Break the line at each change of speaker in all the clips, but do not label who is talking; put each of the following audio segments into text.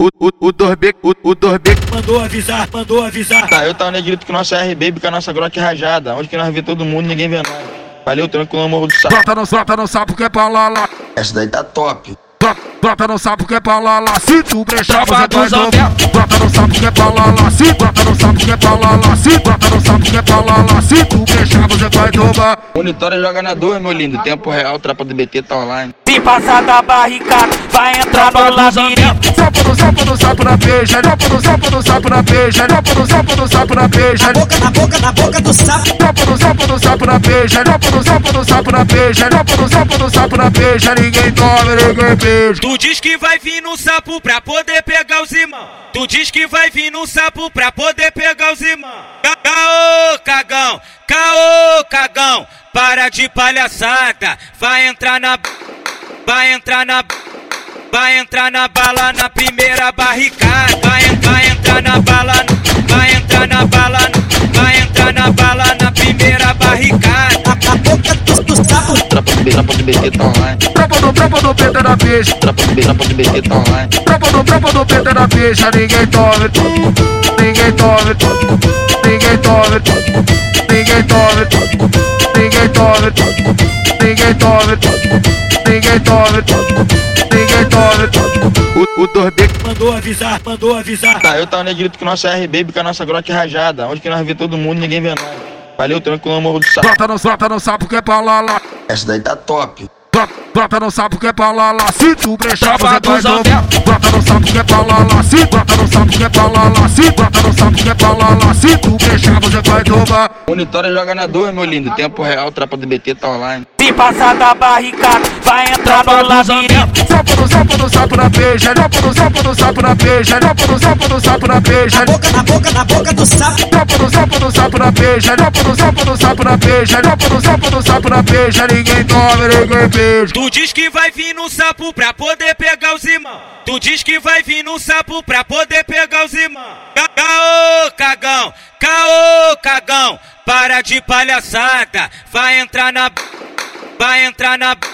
o, o Dorbeck, o, o Dorbeck
Mandou avisar, mandou avisar.
Tá, eu tava negrito com nossa RB, com a nossa Glock rajada. Onde que nós vê todo mundo, ninguém vê nada. Valeu, tranquilo, morro do sapo.
brota no brota no sapo que é pra lá lá.
Essa daí tá top.
Brota- Brota no sapo que é pra lá lá. Se tu brechar você
Tropa
faz
dos
novo.
Alves.
Brota no sapo que é pra lá lá. Se brota no sapo que é pra lá lá. Se brota no sapo que é pra lá lá. Se tu brechar você vai tomar.
Monitora joga na 2, meu lindo. Tempo real, tropa do BT tá online.
Se passar da barricada, vai entrar no labirinto.
Sapo no sapo no sapo na peixe. né? Sapo no sapo no sapo na peixe. né? Sapo no sapo no sapo na peixe. né?
boca, na boca, na boca do sapo.
Sapo no sapo no sapo na peixe. né? Sapo no sapo no sapo na peixe. né? Sapo no sapo no sapo na peixe. né? Ninguém toma, ninguém beija.
Tu diz que vai vir no sapo pra poder pegar os irmãos. Tu diz que vai vir no sapo pra poder pegar os irmãos. Ca- Caô, cagão, caô, cagão. Para de palhaçada, vai entrar na. b- Vai entrar na. b- Vai entrar na bala na primeira barricada. Vai, en- vai entrar na bala, na- vai entrar na bala, na- vai entrar na bala na primeira barricada.
Na, na boca do, do sapo.
Tropa do, B- tropa do BT tá online.
Tropa do tropa do peta na peixe.
Tropa do, B- tropa do BT tá online.
Tropa do tropa do PT na pista, ninguém tome, ninguém tome, ninguém tome, ninguém tome, ninguém tome, ninguém tome, ninguém tome, ninguém tome. O, o Dorbeck
Mandou avisar, mandou avisar.
Tá, eu tava negrito com nossa RB, com a nossa Glock rajada. Onde que nós vê todo mundo, ninguém vê nada. Valeu, tranquilo, morro do sapo.
brota no brota no sapo que é pra lá lá.
Essa daí tá top.
Brota- Brota no sapo que é pra lá lá. Se tu brechar
Tropa
você vai
dos Alves.
tomar. Brota no sapo que é pra lá lá. Se brota no sapo que é pra lá lá. Se brota no sapo que é pra lá lá. Se tu brechar você vai tomar.
Monitora joga na 2, meu lindo. Tempo real, tropa do BT tá online.
Se passar da barricada, vai entrar no labirinto.
Sapo do sapo do sapo na peixe, sapo do sapo do sapo na peixe, sapo do sapo do sapo na peixe,
Na boca, na boca, na boca do sapo.
sapo do sapo do sapo na peixe, sapo do sapo do sapo na peixe, sapo do sapo do sapo na peixe, ninguém toma, ninguém beija.
Tu diz que vai vir no sapo pra poder pegar os irmãos. Tu diz que vai vir no sapo pra poder pegar os irmãos. Ca- Caô, cagão, caô, cagão. Para de palhaçada, vai entrar na. b- Vai entrar na. b-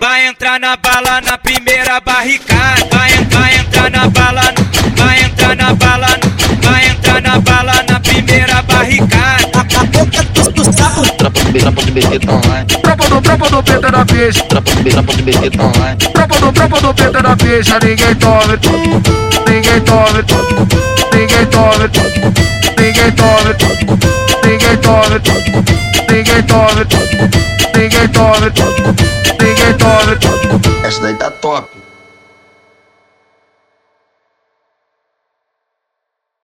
Vai entrar na bala na primeira barricada. Vai, en- vai entrar na bala, na- vai entrar na bala, na- vai entrar na bala na primeira barricada.
Na, na boca do, do sapo.
Tropa do, B- tropa do BT tá online.
Tropa do tropa do peta na peixe,
Tropa do, B- tropa do BT tá online.
tropa do tropa do peta na peixe, ninguém toma, ninguém toma, ninguém toma, ninguém toma, ninguém toma, ninguém toma, ninguém toma, ninguém toma.
Essa daí tá top.